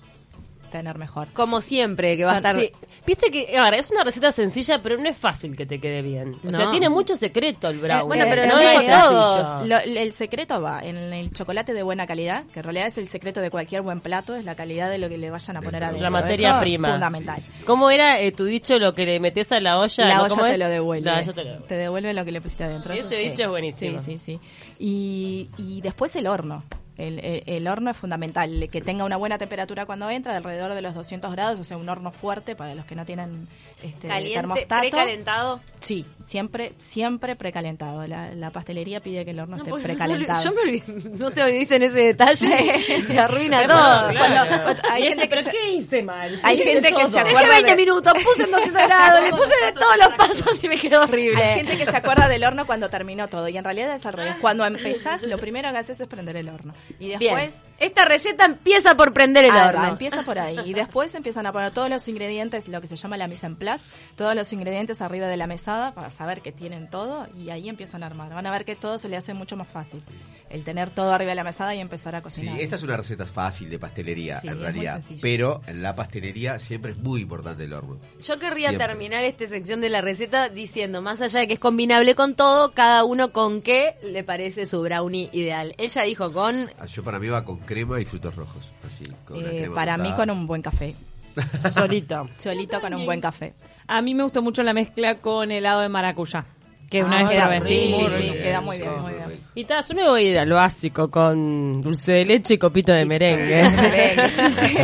Speaker 4: tener mejor.
Speaker 1: Como siempre, que va a
Speaker 4: Son-
Speaker 1: estar.
Speaker 5: Sí. Eh, Viste que, ahora, es una receta sencilla, pero no es fácil que te quede bien. O sea,
Speaker 1: No.
Speaker 5: tiene mucho secreto el brownie. ¿eh?
Speaker 1: bueno, pero
Speaker 5: no
Speaker 1: lo
Speaker 5: es
Speaker 1: mismo
Speaker 5: sencillo.
Speaker 1: todos.
Speaker 4: Lo- el secreto va en el chocolate de buena calidad, que en realidad es el secreto de cualquier buen plato, es la calidad de lo que le vayan a
Speaker 3: Del
Speaker 4: poner
Speaker 3: producto.
Speaker 4: adentro.
Speaker 5: La materia
Speaker 4: Eso es
Speaker 5: prima.
Speaker 4: Fundamental.
Speaker 5: ¿Cómo era eh, tu dicho lo que le metes a la olla?
Speaker 4: La
Speaker 5: ¿no?
Speaker 4: olla
Speaker 5: ¿Cómo
Speaker 4: te
Speaker 5: es?
Speaker 4: lo devuelve.
Speaker 5: La olla te lo devuelve.
Speaker 4: devuelve lo que le pusiste adentro.
Speaker 5: Ese
Speaker 4: eso sí.
Speaker 5: dicho es buenísimo.
Speaker 4: Sí, sí, sí. Y, y después el horno. El, el- el horno es fundamental, que tenga una buena temperatura cuando entra, de alrededor de los 200 grados, o sea, un horno fuerte para los que no tienen este,
Speaker 1: Caliente,
Speaker 4: termostato.
Speaker 1: precalentado.
Speaker 4: Sí, siempre, siempre precalentado. La, la pastelería pide que el horno esté
Speaker 1: pues,
Speaker 4: precalentado.
Speaker 1: yo me olvidé- no te dicen ese detalle, te arruina
Speaker 5: No,
Speaker 1: todo.
Speaker 5: claro.
Speaker 4: Cuando- hay
Speaker 5: Y ese,
Speaker 4: gente que
Speaker 5: pero
Speaker 4: se-
Speaker 5: ¿qué hice mal?
Speaker 4: Hay
Speaker 5: Sí,
Speaker 4: gente que
Speaker 5: todo.
Speaker 4: se
Speaker 1: Dejé
Speaker 4: acuerda
Speaker 1: 20
Speaker 4: de-
Speaker 1: minutos, puse en 200 grados, le puse de todos los pasos y me quedó horrible.
Speaker 4: Hay gente que se acuerda del horno cuando terminó todo y en realidad es al revés.
Speaker 5: Ah.
Speaker 4: Cuando empezás, lo primero que haces es prender el horno. Y
Speaker 1: Bien.
Speaker 4: después
Speaker 1: Esta receta empieza por prender el
Speaker 4: Ah,
Speaker 1: horno.
Speaker 4: va, empieza por ahí. Y después empiezan a poner todos los ingredientes, lo que se llama la mise en place, todos los ingredientes arriba de la mesada para saber que tienen todo y ahí empiezan a armar. Van a ver que todo se le hace mucho más fácil. El tener todo arriba de la mesada y empezar a
Speaker 3: Sí,
Speaker 4: cocinar.
Speaker 3: esta es una receta fácil de pastelería,
Speaker 4: Sí, es
Speaker 3: en
Speaker 4: muy
Speaker 3: realidad.
Speaker 4: sencilla.
Speaker 3: Pero en la pastelería siempre es muy importante el horno.
Speaker 1: Yo querría
Speaker 3: Siempre.
Speaker 1: terminar esta sección de la receta diciendo, más allá de que es combinable con todo, cada uno con qué le parece su brownie ideal. Ella dijo con...
Speaker 3: Ah, Yo para mí va con crema y frutos rojos. Así, con una
Speaker 4: Eh,
Speaker 3: crema
Speaker 4: para mí con
Speaker 3: cortada.
Speaker 4: un buen café.
Speaker 5: Solito.
Speaker 4: Solito con un buen café.
Speaker 2: A mí me gustó mucho la mezcla con helado de maracuyá. Que
Speaker 4: Ah,
Speaker 2: una vez que
Speaker 4: queda-
Speaker 2: probé.
Speaker 4: sí, sí,
Speaker 2: Muy
Speaker 4: sí,
Speaker 2: rico.
Speaker 4: queda muy bien, muy
Speaker 3: muy
Speaker 4: bien.
Speaker 3: rico.
Speaker 5: Y ta, yo me voy a ir a lo básico con dulce de leche y copita de merengue.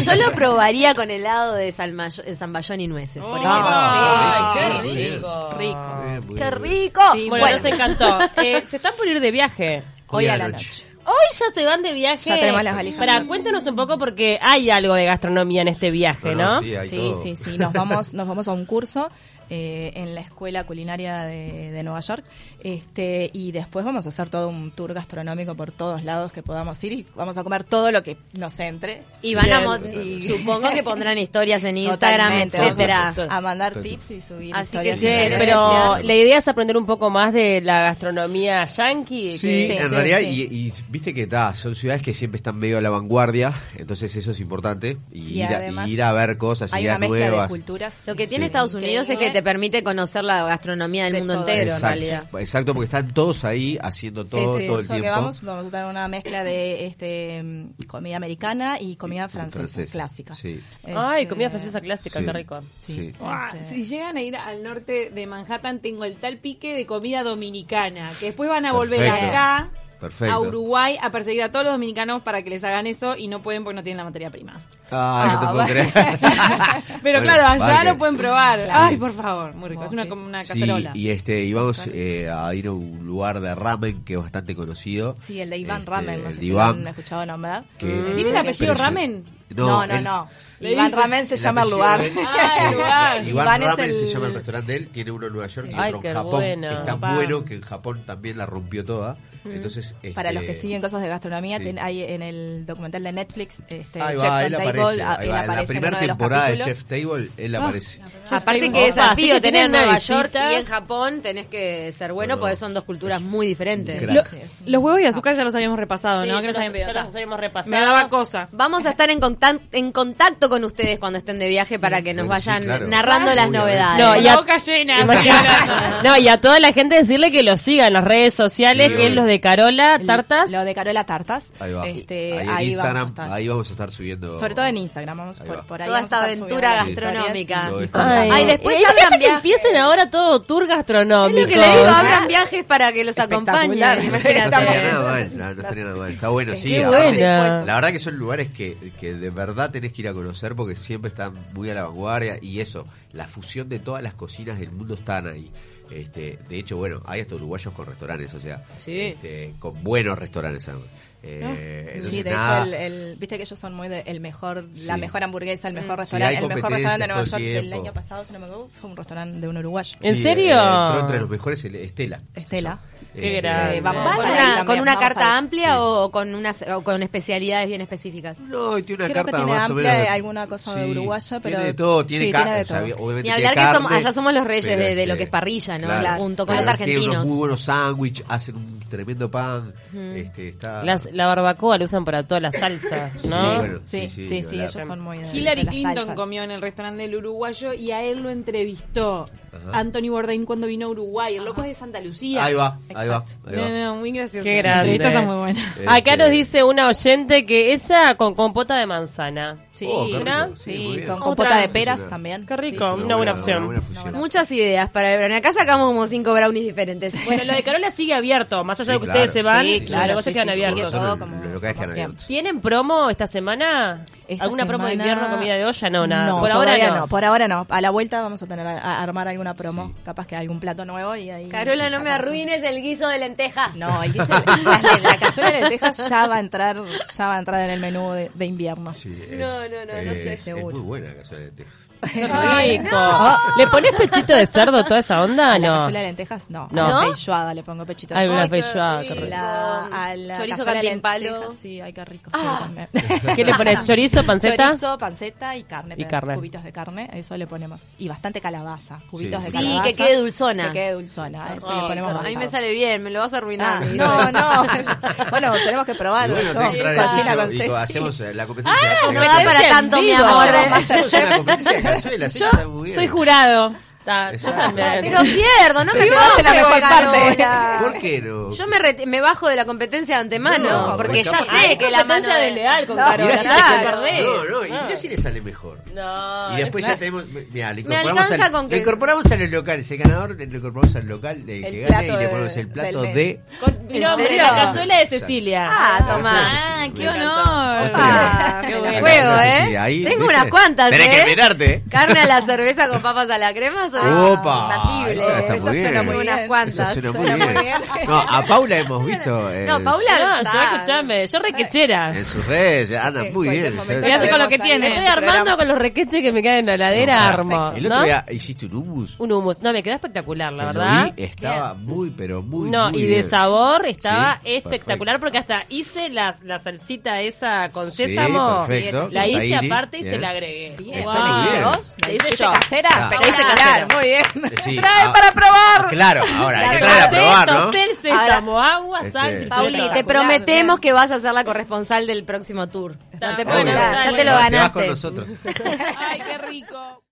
Speaker 1: Yo lo probaría con helado de salmayo- eh, zamballón y nueces, por ejemplo.
Speaker 5: Ah,
Speaker 3: sí,
Speaker 5: qué
Speaker 3: sí, sí.
Speaker 5: rico.
Speaker 4: Rico.
Speaker 3: Muy bien, Eh, muy
Speaker 1: ¡Qué
Speaker 3: bien.
Speaker 1: rico!
Speaker 4: Sí,
Speaker 5: Bueno,
Speaker 4: Bueno.
Speaker 5: nos encantó. Eh, se están por ir de viaje.
Speaker 4: Hoy a la noche.
Speaker 5: Hoy ya se van de viaje.
Speaker 4: Ya tenemos las valijas.
Speaker 5: Para, cuéntanos un poco porque hay algo de gastronomía en este
Speaker 3: No,
Speaker 5: viaje, ¿no?
Speaker 3: no, sí, hay
Speaker 4: Sí,
Speaker 3: todo.
Speaker 4: sí, sí. Nos vamos, nos vamos a un curso eh, en la Escuela Culinaria de, de Nueva York. Este, y después vamos a hacer todo un tour gastronómico por todos lados que podamos ir y vamos a comer todo lo que nos entre.
Speaker 1: Y van a... mo-
Speaker 3: Bien.
Speaker 1: y supongo que pondrán historias en Instagram,
Speaker 4: Totalmente.
Speaker 1: etcétera.
Speaker 5: Vamos
Speaker 4: A mandar
Speaker 3: Total.
Speaker 4: tips y subir
Speaker 1: Así que
Speaker 4: historias.
Speaker 1: si
Speaker 5: Sí,
Speaker 1: querés
Speaker 5: pero
Speaker 1: desear-
Speaker 5: la idea es aprender un poco más de la gastronomía yankee.
Speaker 3: Sí,
Speaker 5: que-
Speaker 4: Sí,
Speaker 3: en
Speaker 4: sí,
Speaker 3: realidad,
Speaker 4: sí.
Speaker 3: Y, y viste que ta, son ciudades que siempre están medio a la vanguardia, entonces eso es importante. Y,
Speaker 4: Y
Speaker 3: ir, a,
Speaker 4: además
Speaker 3: y ir a ver cosas,
Speaker 4: Hay una
Speaker 3: ideas
Speaker 4: mezcla
Speaker 3: nuevas.
Speaker 4: de culturas.
Speaker 1: Lo que tiene
Speaker 3: Sí.
Speaker 1: Estados Unidos es que te permite conocer la gastronomía del
Speaker 4: De
Speaker 1: mundo
Speaker 4: todo.
Speaker 1: entero, en
Speaker 3: Exacto.
Speaker 1: realidad.
Speaker 3: Exacto, porque están todos ahí haciendo todo,
Speaker 4: Sí, sí,
Speaker 3: todo el
Speaker 4: eso que
Speaker 3: tiempo.
Speaker 4: vamos, vamos a tener una mezcla de este, mm, comida americana y comida francesa, clásica.
Speaker 3: Sí.
Speaker 5: Ay,
Speaker 4: Este,
Speaker 5: comida francesa clásica,
Speaker 3: Sí.
Speaker 5: qué rico.
Speaker 4: Sí.
Speaker 3: Sí.
Speaker 2: Ah,
Speaker 4: Este,
Speaker 2: Si llegan a ir al norte de Manhattan, tengo el tal pique de comida dominicana. Que después van a volver
Speaker 3: Perfecto.
Speaker 2: acá,
Speaker 3: Perfecto.
Speaker 2: a Uruguay, a perseguir a todos los dominicanos para que les hagan eso y no pueden porque no tienen la materia prima.
Speaker 3: Ah, no te puedo creer.
Speaker 2: Pero
Speaker 3: Bueno,
Speaker 2: claro, allá
Speaker 3: vale.
Speaker 2: lo pueden probar.
Speaker 3: Sí.
Speaker 2: Ay, por favor, muy rico. Es una,
Speaker 4: Sí,
Speaker 2: como una
Speaker 3: Sí,
Speaker 2: cacerola.
Speaker 3: y este, y vamos eh, a ir a un lugar de ramen que es bastante conocido.
Speaker 4: Sí, el de Iván
Speaker 3: Este,
Speaker 4: Ramen, no
Speaker 3: el
Speaker 4: sé
Speaker 3: de
Speaker 4: si
Speaker 3: Iván,
Speaker 4: lo han escuchado nombrar.
Speaker 3: que es-
Speaker 2: ¿Tiene el apellido
Speaker 3: Precio-
Speaker 2: Ramen?
Speaker 4: No, no,
Speaker 3: él-
Speaker 4: no.
Speaker 2: Le
Speaker 4: Iván
Speaker 2: dice-
Speaker 4: Ramen se
Speaker 3: el
Speaker 4: llama el
Speaker 3: apellido
Speaker 4: lugar.
Speaker 3: de él-
Speaker 2: Ah, el lugar.
Speaker 3: Iván,
Speaker 4: Iván es
Speaker 3: Ramen se
Speaker 4: el-
Speaker 3: llama el restaurante de él, tiene uno en Nueva York y
Speaker 5: Ay,
Speaker 3: otro
Speaker 5: qué
Speaker 3: en Japón.
Speaker 5: bueno,
Speaker 3: es tan
Speaker 5: papá.
Speaker 3: bueno que en Japón también la rompió toda. Entonces,
Speaker 4: Mm. Para
Speaker 3: este,
Speaker 4: los que siguen cosas de gastronomía,
Speaker 3: sí.
Speaker 4: ten- hay en el documental de Netflix, este,
Speaker 3: Ahí
Speaker 4: Chefs
Speaker 3: va,
Speaker 4: on
Speaker 3: él
Speaker 4: Table,
Speaker 3: aparece.
Speaker 4: a-
Speaker 3: ahí
Speaker 4: él
Speaker 3: va, en
Speaker 4: aparece
Speaker 3: la
Speaker 4: en
Speaker 3: primera
Speaker 4: uno de los
Speaker 3: temporada de
Speaker 4: capítulos.
Speaker 3: Chef Table, él
Speaker 5: Ah.
Speaker 3: aparece.
Speaker 1: Aparte
Speaker 2: Sí,
Speaker 1: que
Speaker 2: opa,
Speaker 5: así
Speaker 1: desafío
Speaker 5: que
Speaker 1: tener
Speaker 5: tienen
Speaker 1: Nueva
Speaker 5: una
Speaker 1: York
Speaker 5: visita.
Speaker 1: y en Japón tenés que ser bueno
Speaker 3: Bueno,
Speaker 1: porque son dos culturas muy diferentes.
Speaker 3: Gra-
Speaker 2: Lo-
Speaker 4: Gracias.
Speaker 2: los huevos y azúcar Ah. ya los habíamos repasado,
Speaker 5: Sí,
Speaker 2: ¿no?
Speaker 5: ya
Speaker 2: Que los
Speaker 5: los-
Speaker 2: habían pedido.
Speaker 5: ya los habíamos repasado.
Speaker 2: Me daba cosa.
Speaker 1: Vamos a estar en, contan- en contacto con ustedes cuando estén de viaje para que nos
Speaker 3: Claro, sí,
Speaker 1: vayan
Speaker 3: claro.
Speaker 1: narrando las
Speaker 3: Obviamente.
Speaker 1: novedades.
Speaker 5: No,
Speaker 2: Con
Speaker 5: y
Speaker 2: la
Speaker 5: a-
Speaker 2: boca llena.
Speaker 5: No, y a toda la gente decirle que lo siga en las redes sociales,
Speaker 3: Sí.
Speaker 5: que es los de Carola,
Speaker 4: El-
Speaker 5: Tartas.
Speaker 4: Lo de Carola Tartas.
Speaker 3: Ahí va.
Speaker 4: Este,
Speaker 3: ahí en
Speaker 4: ahí vamos a
Speaker 3: Instagram,
Speaker 4: estar.
Speaker 3: ahí vamos a estar subiendo.
Speaker 4: Sobre todo en Instagram, vamos
Speaker 3: Ahí
Speaker 4: por,
Speaker 3: va.
Speaker 4: por ahí.
Speaker 1: Toda
Speaker 4: vamos a
Speaker 1: esta
Speaker 4: estar
Speaker 1: aventura
Speaker 4: subiendo las
Speaker 1: gastronómica.
Speaker 3: Todo
Speaker 4: historias y-
Speaker 3: esto. Ay,
Speaker 1: Ay, después
Speaker 5: y hay
Speaker 1: abran
Speaker 5: gente que
Speaker 1: viajes.
Speaker 5: empiecen ahora todo tour
Speaker 1: es
Speaker 5: gastronómico.
Speaker 1: lo que le digo, abran viajes para que los acompañen.
Speaker 4: Espectacular.
Speaker 3: No
Speaker 1: Imagínate.
Speaker 3: estaría nada mal, no, no estaría nada mal. Está bueno, sí.
Speaker 5: Qué
Speaker 3: aparte,
Speaker 5: buena.
Speaker 3: La verdad que son lugares que, que de verdad tenés que ir a conocer porque siempre están muy a la vanguardia y eso, la fusión de todas las cocinas del mundo están ahí. Este, de hecho, bueno, hay hasta uruguayos con restaurantes, o sea,
Speaker 1: Sí.
Speaker 3: este, con buenos restaurantes. además. Eh,
Speaker 5: Ah.
Speaker 3: entonces,
Speaker 4: Sí, de
Speaker 3: nada,
Speaker 4: hecho, el, el- viste que ellos son muy de el mejor, la
Speaker 3: Sí.
Speaker 4: mejor hamburguesa, el mejor
Speaker 3: Sí, hay
Speaker 4: restaurante, el mejor restaurante de Nueva
Speaker 3: competencias todo
Speaker 4: York.
Speaker 3: el
Speaker 4: El
Speaker 3: tiempo.
Speaker 4: año pasado, si no me equivoco, fue un restaurante de un uruguayo.
Speaker 5: ¿En
Speaker 3: sí,
Speaker 5: serio?
Speaker 3: eh, entró entre los mejores el- Estela.
Speaker 4: Estela.
Speaker 5: Qué
Speaker 3: Este,
Speaker 5: grande.
Speaker 4: vamos
Speaker 1: ¿Con
Speaker 4: Van ahí
Speaker 1: una,
Speaker 4: también,
Speaker 1: con una
Speaker 4: vamos
Speaker 1: carta
Speaker 4: ahí.
Speaker 1: amplia
Speaker 3: Sí.
Speaker 1: o, con unas, o con especialidades bien específicas?
Speaker 3: No, y tiene una
Speaker 4: Creo que
Speaker 3: carta
Speaker 4: tiene
Speaker 3: más
Speaker 4: amplia
Speaker 3: o menos.
Speaker 4: alguna cosa de uruguaya, pero-
Speaker 3: Tiene de todo, tiene
Speaker 4: sí,
Speaker 3: ca-
Speaker 4: tiene de
Speaker 3: o sea,
Speaker 4: todo.
Speaker 3: obviamente
Speaker 1: Ni hablar
Speaker 3: tiene
Speaker 1: que somos-
Speaker 3: carne,
Speaker 1: allá somos los reyes
Speaker 3: pero,
Speaker 1: de- de lo que es parrilla, ¿no? La- junto con
Speaker 3: pero
Speaker 1: los
Speaker 3: tiene unos
Speaker 1: argentinos.
Speaker 3: muy buenos sándwiches, hacen un tremendo pan. Este, está
Speaker 5: Las además la barbacoa la usan para toda la salsa, ¿no?
Speaker 3: bueno,
Speaker 4: Sí, sí, sí,
Speaker 3: la-
Speaker 4: ellos son muy de de
Speaker 2: Hillary
Speaker 4: las
Speaker 2: Clinton
Speaker 4: salsas.
Speaker 2: comió en el restaurante del uruguayo y a él lo entrevistó
Speaker 3: Ajá.
Speaker 2: Anthony Bourdain cuando vino a Uruguay. El loco es de Santa Lucía.
Speaker 3: Ahí va, ahí va,
Speaker 4: Exacto.
Speaker 3: ahí va.
Speaker 2: No, no, muy gracioso.
Speaker 5: Qué grande.
Speaker 2: Esta está muy buena.
Speaker 3: Este,
Speaker 5: Acá nos dice una oyente que ella con compota de manzana.
Speaker 4: Sí,
Speaker 3: Oh, qué
Speaker 5: ¿verdad?
Speaker 3: rico,
Speaker 4: sí,
Speaker 3: muy bien.
Speaker 4: con
Speaker 5: Otra.
Speaker 4: compota de peras
Speaker 3: Impresionante.
Speaker 4: también.
Speaker 5: Qué rico.
Speaker 4: Sí,
Speaker 5: una buena opción.
Speaker 3: buena fusión.
Speaker 1: Muchas ideas para el verano. Acá sacamos como cinco brownies diferentes.
Speaker 5: Bueno, lo de Carola sigue abierto, más
Speaker 3: Sí,
Speaker 5: allá de que ustedes
Speaker 3: claro.
Speaker 5: se van,
Speaker 4: Sí,
Speaker 5: los
Speaker 4: claro,
Speaker 5: negocios
Speaker 4: sí,
Speaker 5: quedan
Speaker 4: sí,
Speaker 5: abiertos.
Speaker 4: sigue todo.
Speaker 3: Son
Speaker 4: como-
Speaker 3: los locales
Speaker 4: como
Speaker 3: quedan
Speaker 4: siempre.
Speaker 3: abiertos.
Speaker 5: ¿Tienen promo esta semana?
Speaker 4: Esta
Speaker 5: ¿Alguna promo de
Speaker 4: semana-
Speaker 5: invierno, comida de olla? No, nada.
Speaker 4: No,
Speaker 5: por ahora
Speaker 4: todavía
Speaker 5: no.
Speaker 4: Por ahora no. A la vuelta vamos a tener a, a armar alguna promo. Capaz que algún plato nuevo y ahí.
Speaker 1: Carola, no me
Speaker 4: sacamos-
Speaker 1: arruines el guiso de lentejas.
Speaker 4: No, el guiso- la, la cazuela de Texas ya va a entrar, ya va a entrar en el menú de, de invierno.
Speaker 3: Sí, es-
Speaker 1: No, no, no, no
Speaker 3: es-
Speaker 1: sé,
Speaker 3: es
Speaker 4: seguro.
Speaker 3: muy buena la cazuela de este. Texas.
Speaker 5: Qué
Speaker 1: Ay,
Speaker 5: rico. ¿Le pones pechito de cerdo toda esa onda?
Speaker 4: La
Speaker 5: No.
Speaker 4: cazuela de lentejas, no.
Speaker 5: No.
Speaker 4: La
Speaker 1: ¿No?
Speaker 4: feijoada le pongo pechito.
Speaker 5: Ay, una
Speaker 1: Ay, qué
Speaker 5: feijoada, qué
Speaker 1: rico.
Speaker 5: rico.
Speaker 4: La, a la
Speaker 1: Chorizo
Speaker 4: cazuela de
Speaker 1: cantimpalo.
Speaker 4: lentejas, Sí, ay, qué rico.
Speaker 1: Ah.
Speaker 4: sí, también.
Speaker 5: ¿Qué le pones? ¿Chorizo, panceta?
Speaker 4: Chorizo, panceta y carne.
Speaker 5: Y
Speaker 4: pedazos,
Speaker 5: carne.
Speaker 4: Cubitos de carne, eso le ponemos. Y bastante calabaza, cubitos
Speaker 3: Sí, sí.
Speaker 4: de
Speaker 1: Sí,
Speaker 4: calabaza.
Speaker 1: que quede dulzona.
Speaker 4: Que quede dulzona, a eso
Speaker 1: Ay,
Speaker 4: le ponemos
Speaker 1: a mí me
Speaker 4: bastante.
Speaker 1: sale bien, me lo vas a arruinar.
Speaker 4: Ah,
Speaker 1: mi guiso.
Speaker 4: no, no. bueno, tenemos que
Speaker 3: Y
Speaker 4: probarlo.
Speaker 3: bueno,
Speaker 4: eso.
Speaker 3: tenés que traer el
Speaker 4: Cocina
Speaker 3: sello
Speaker 4: con
Speaker 3: y
Speaker 4: Ceci. Ah,
Speaker 3: co- hacemos eh, la competencia. de
Speaker 1: No
Speaker 3: la
Speaker 1: da para
Speaker 5: en
Speaker 1: tanto, mi
Speaker 5: vivo.
Speaker 1: amor.
Speaker 3: Hacemos una competencia de cazuela, Ceci está muy bien.
Speaker 2: Soy jurado.
Speaker 5: Ta- yo
Speaker 3: Exacto.
Speaker 5: también.
Speaker 1: Pero pierdo, no me llevaste la mejor Carola.
Speaker 3: ¿Por qué no?
Speaker 1: Yo me, reti- me bajo de la competencia de antemano,
Speaker 3: No,
Speaker 1: porque
Speaker 3: pues
Speaker 1: ya
Speaker 3: capaz
Speaker 1: sé que la mano...
Speaker 5: de leal con
Speaker 4: No,
Speaker 5: Carola.
Speaker 3: Mirá si
Speaker 5: ya te
Speaker 1: claro.
Speaker 5: perdés.
Speaker 3: No, no, y
Speaker 5: Ah.
Speaker 3: mirá si le sale mejor.
Speaker 5: No,
Speaker 3: Y después
Speaker 5: no.
Speaker 3: ya tenemos. Mira, le incorporamos,
Speaker 1: alcanza
Speaker 3: al,
Speaker 1: con
Speaker 3: le
Speaker 1: que-
Speaker 3: incorporamos al local, ese ganador, le incorporamos al local de
Speaker 4: El
Speaker 3: que gane y
Speaker 4: plato
Speaker 3: le
Speaker 4: de-
Speaker 3: ponemos el plato
Speaker 4: del mes.
Speaker 3: de.
Speaker 5: Con mi nombre,
Speaker 1: serio?
Speaker 5: la cazuela de Cecilia.
Speaker 1: Ah, tomá.
Speaker 2: Ah, qué
Speaker 3: Bien.
Speaker 2: honor.
Speaker 1: Ah,
Speaker 5: Qué
Speaker 1: me
Speaker 5: bueno.
Speaker 1: la juego,
Speaker 3: Acá,
Speaker 1: ¿eh?
Speaker 3: Cecilia, ahí,
Speaker 1: Tengo
Speaker 3: ¿viste?
Speaker 1: unas cuantas,
Speaker 3: Tenés
Speaker 1: ¿eh?
Speaker 3: que mirarte, ¿eh?
Speaker 1: Carne a la cerveza con papas a la crema son
Speaker 3: Opa,
Speaker 1: imbatibles.
Speaker 3: esa está
Speaker 1: Esas
Speaker 3: muy
Speaker 1: suena
Speaker 3: bien.
Speaker 1: muy unas
Speaker 4: Esa
Speaker 1: cuantas.
Speaker 3: Eso suena
Speaker 4: suena
Speaker 3: muy
Speaker 4: muy
Speaker 3: bien. No, a Paula hemos visto. eh,
Speaker 1: No, Paula-
Speaker 5: No, yo
Speaker 1: Está.
Speaker 5: escuchame, yo requechera.
Speaker 3: En sus redes, ya anda
Speaker 4: En
Speaker 3: muy
Speaker 4: cualquier
Speaker 3: bien.
Speaker 4: momento
Speaker 3: ya-
Speaker 2: ¿Qué hace con lo que
Speaker 4: podemos
Speaker 2: tiene?
Speaker 4: salir.
Speaker 5: Estoy armando con los requeches que me caen en la heladera, armo.
Speaker 3: El otro
Speaker 5: ¿no?
Speaker 3: día hiciste un hummus.
Speaker 5: Un hummus. No, me queda espectacular, la
Speaker 3: que lo
Speaker 5: verdad.
Speaker 3: vi, estaba muy, pero muy.
Speaker 5: No,
Speaker 3: muy
Speaker 5: y de
Speaker 3: bien.
Speaker 5: sabor estaba
Speaker 3: Sí,
Speaker 5: espectacular porque hasta hice la, la salsita esa con
Speaker 3: Sí,
Speaker 5: sésamo.
Speaker 3: perfecto,
Speaker 5: la
Speaker 3: con
Speaker 5: hice
Speaker 3: tahini,
Speaker 5: aparte y
Speaker 3: bien.
Speaker 5: se la agregué.
Speaker 4: Bien,
Speaker 3: Wow.
Speaker 4: ¿la hiciste
Speaker 3: Bien.
Speaker 4: vos?
Speaker 5: La
Speaker 4: ¿La
Speaker 5: hice
Speaker 4: hiciste
Speaker 5: yo.
Speaker 4: casera?
Speaker 3: Ah.
Speaker 5: La hice
Speaker 4: Espectacular,
Speaker 5: casera.
Speaker 4: muy bien.
Speaker 3: Sí,
Speaker 5: ¡Trae
Speaker 3: ah,
Speaker 5: para probar!
Speaker 3: Claro, ahora hay que traer a
Speaker 5: Claro,
Speaker 3: probar, ¿no?
Speaker 5: Pastel, sésamo, agua, sal.
Speaker 3: Este-
Speaker 5: y
Speaker 1: Pauli, te
Speaker 5: todo.
Speaker 1: prometemos que vas a ser la corresponsal del próximo tour. No te
Speaker 5: Obvio.
Speaker 1: preocupes, ya te lo
Speaker 3: Te vas con
Speaker 1: ganaste.
Speaker 3: nosotros.
Speaker 2: Ay, qué rico.